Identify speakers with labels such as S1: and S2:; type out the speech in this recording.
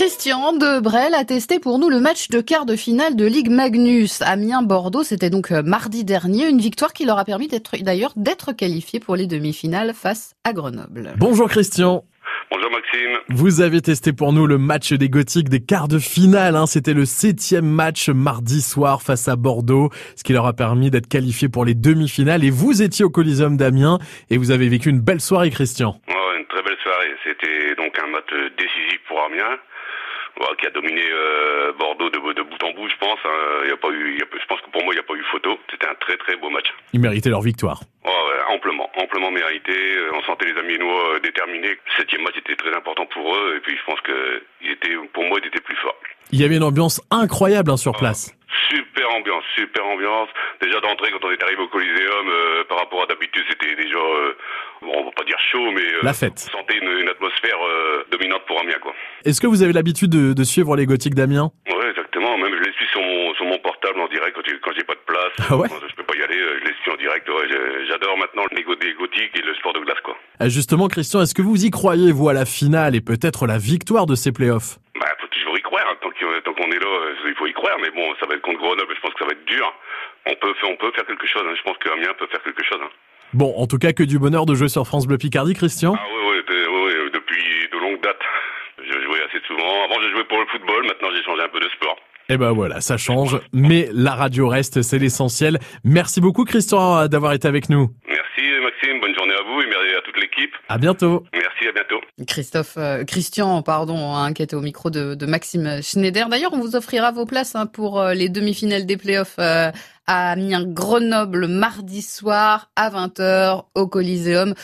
S1: Christian Debrel a testé pour nous le match de quart de finale de Ligue Magnus. Amiens-Bordeaux, c'était donc euh, mardi dernier, une victoire qui leur a permis d'être, d'ailleurs d'être qualifiés pour les demi-finales face à Grenoble.
S2: Bonjour Christian.
S3: Bonjour Maxime.
S2: Vous avez testé pour nous le match des Gothiques des quarts de finale. hein. C'était le septième match mardi soir face à Bordeaux, ce qui leur a permis d'être qualifiés pour les demi-finales. Et vous étiez au Coliseum d'Amiens et vous avez vécu une belle soirée, Christian.
S3: Ouais, une très belle soirée. C'était donc un match euh, décisif pour Amiens, ouais, qui a dominé euh, Bordeaux de, de bout en bout, je pense. hein. Il y a pas eu, il y a pas- je pense que pour moi, il n'y a pas eu photo. C'était un très très beau match.
S2: Ils méritaient leur victoire.
S3: Ouais, ouais, amplement, amplement mérité. Euh, On sentait les Amiénois euh, déterminés. Le septième match était très important pour eux. Et puis je pense que ils étaient, pour moi, ils étaient plus forts.
S2: Il y avait une ambiance incroyable hein, sur place.
S3: Super ambiance, super ambiance. Déjà d'entrée, quand on est arrivé au Coliseum, euh, par rapport à d'habitude, c'était déjà, euh, bon, on va pas dire chaud, mais euh,
S2: La fête.
S3: on sentait une, une atmosphère euh, dominante pour Amiens, quoi.
S2: Est-ce que vous avez l'habitude de, de suivre les Gothiques d'Amiens
S3: Ouais, exactement. Même je les suis sur mon, sur mon portable en direct quand j'ai, quand j'ai pas de place.
S2: Ah ouais
S3: Quand je peux pas y aller, euh, je les suis en direct. Ouais, je- j'adore maintenant les go- les gothiques et le sport de glace, quoi.
S2: Ah, Justement, Christian, est-ce que vous y croyez, vous, à la finale et peut-être la victoire de ces playoffs
S3: Bah, faut toujours y croire. hein. Tant, qu'on, tant qu'on est là, euh, il faut y croire. Mais bon, ça va être contre Grenoble. Je pense que ça va être dur. On peut, faire- on peut faire quelque chose. hein. Je pense qu'Amiens peut faire quelque chose. hein.
S2: Bon, en tout cas, que du bonheur de jouer sur France Bleu Picardie, Christian.
S3: Ah oui, oui, depuis de longues dates. Je jouais assez souvent. Avant, je jouais pour le football. Maintenant, j'ai changé un peu de sport.
S2: Eh ben voilà, ça change, mais la radio reste, c'est l'essentiel. Merci beaucoup Christian euh, d'avoir été avec nous.
S3: Merci, Maxime. Bonne journée à vous et merci à toute l'équipe.
S2: À bientôt.
S3: Merci, à bientôt.
S1: Christophe, euh, Christian, pardon, hein, qui était au micro de, de Maxime Schneider. D'ailleurs, on vous offrira vos places hein, pour euh, les demi-finales des playoffs euh, à Amiens-Grenoble mardi soir à 20h au Coliseum.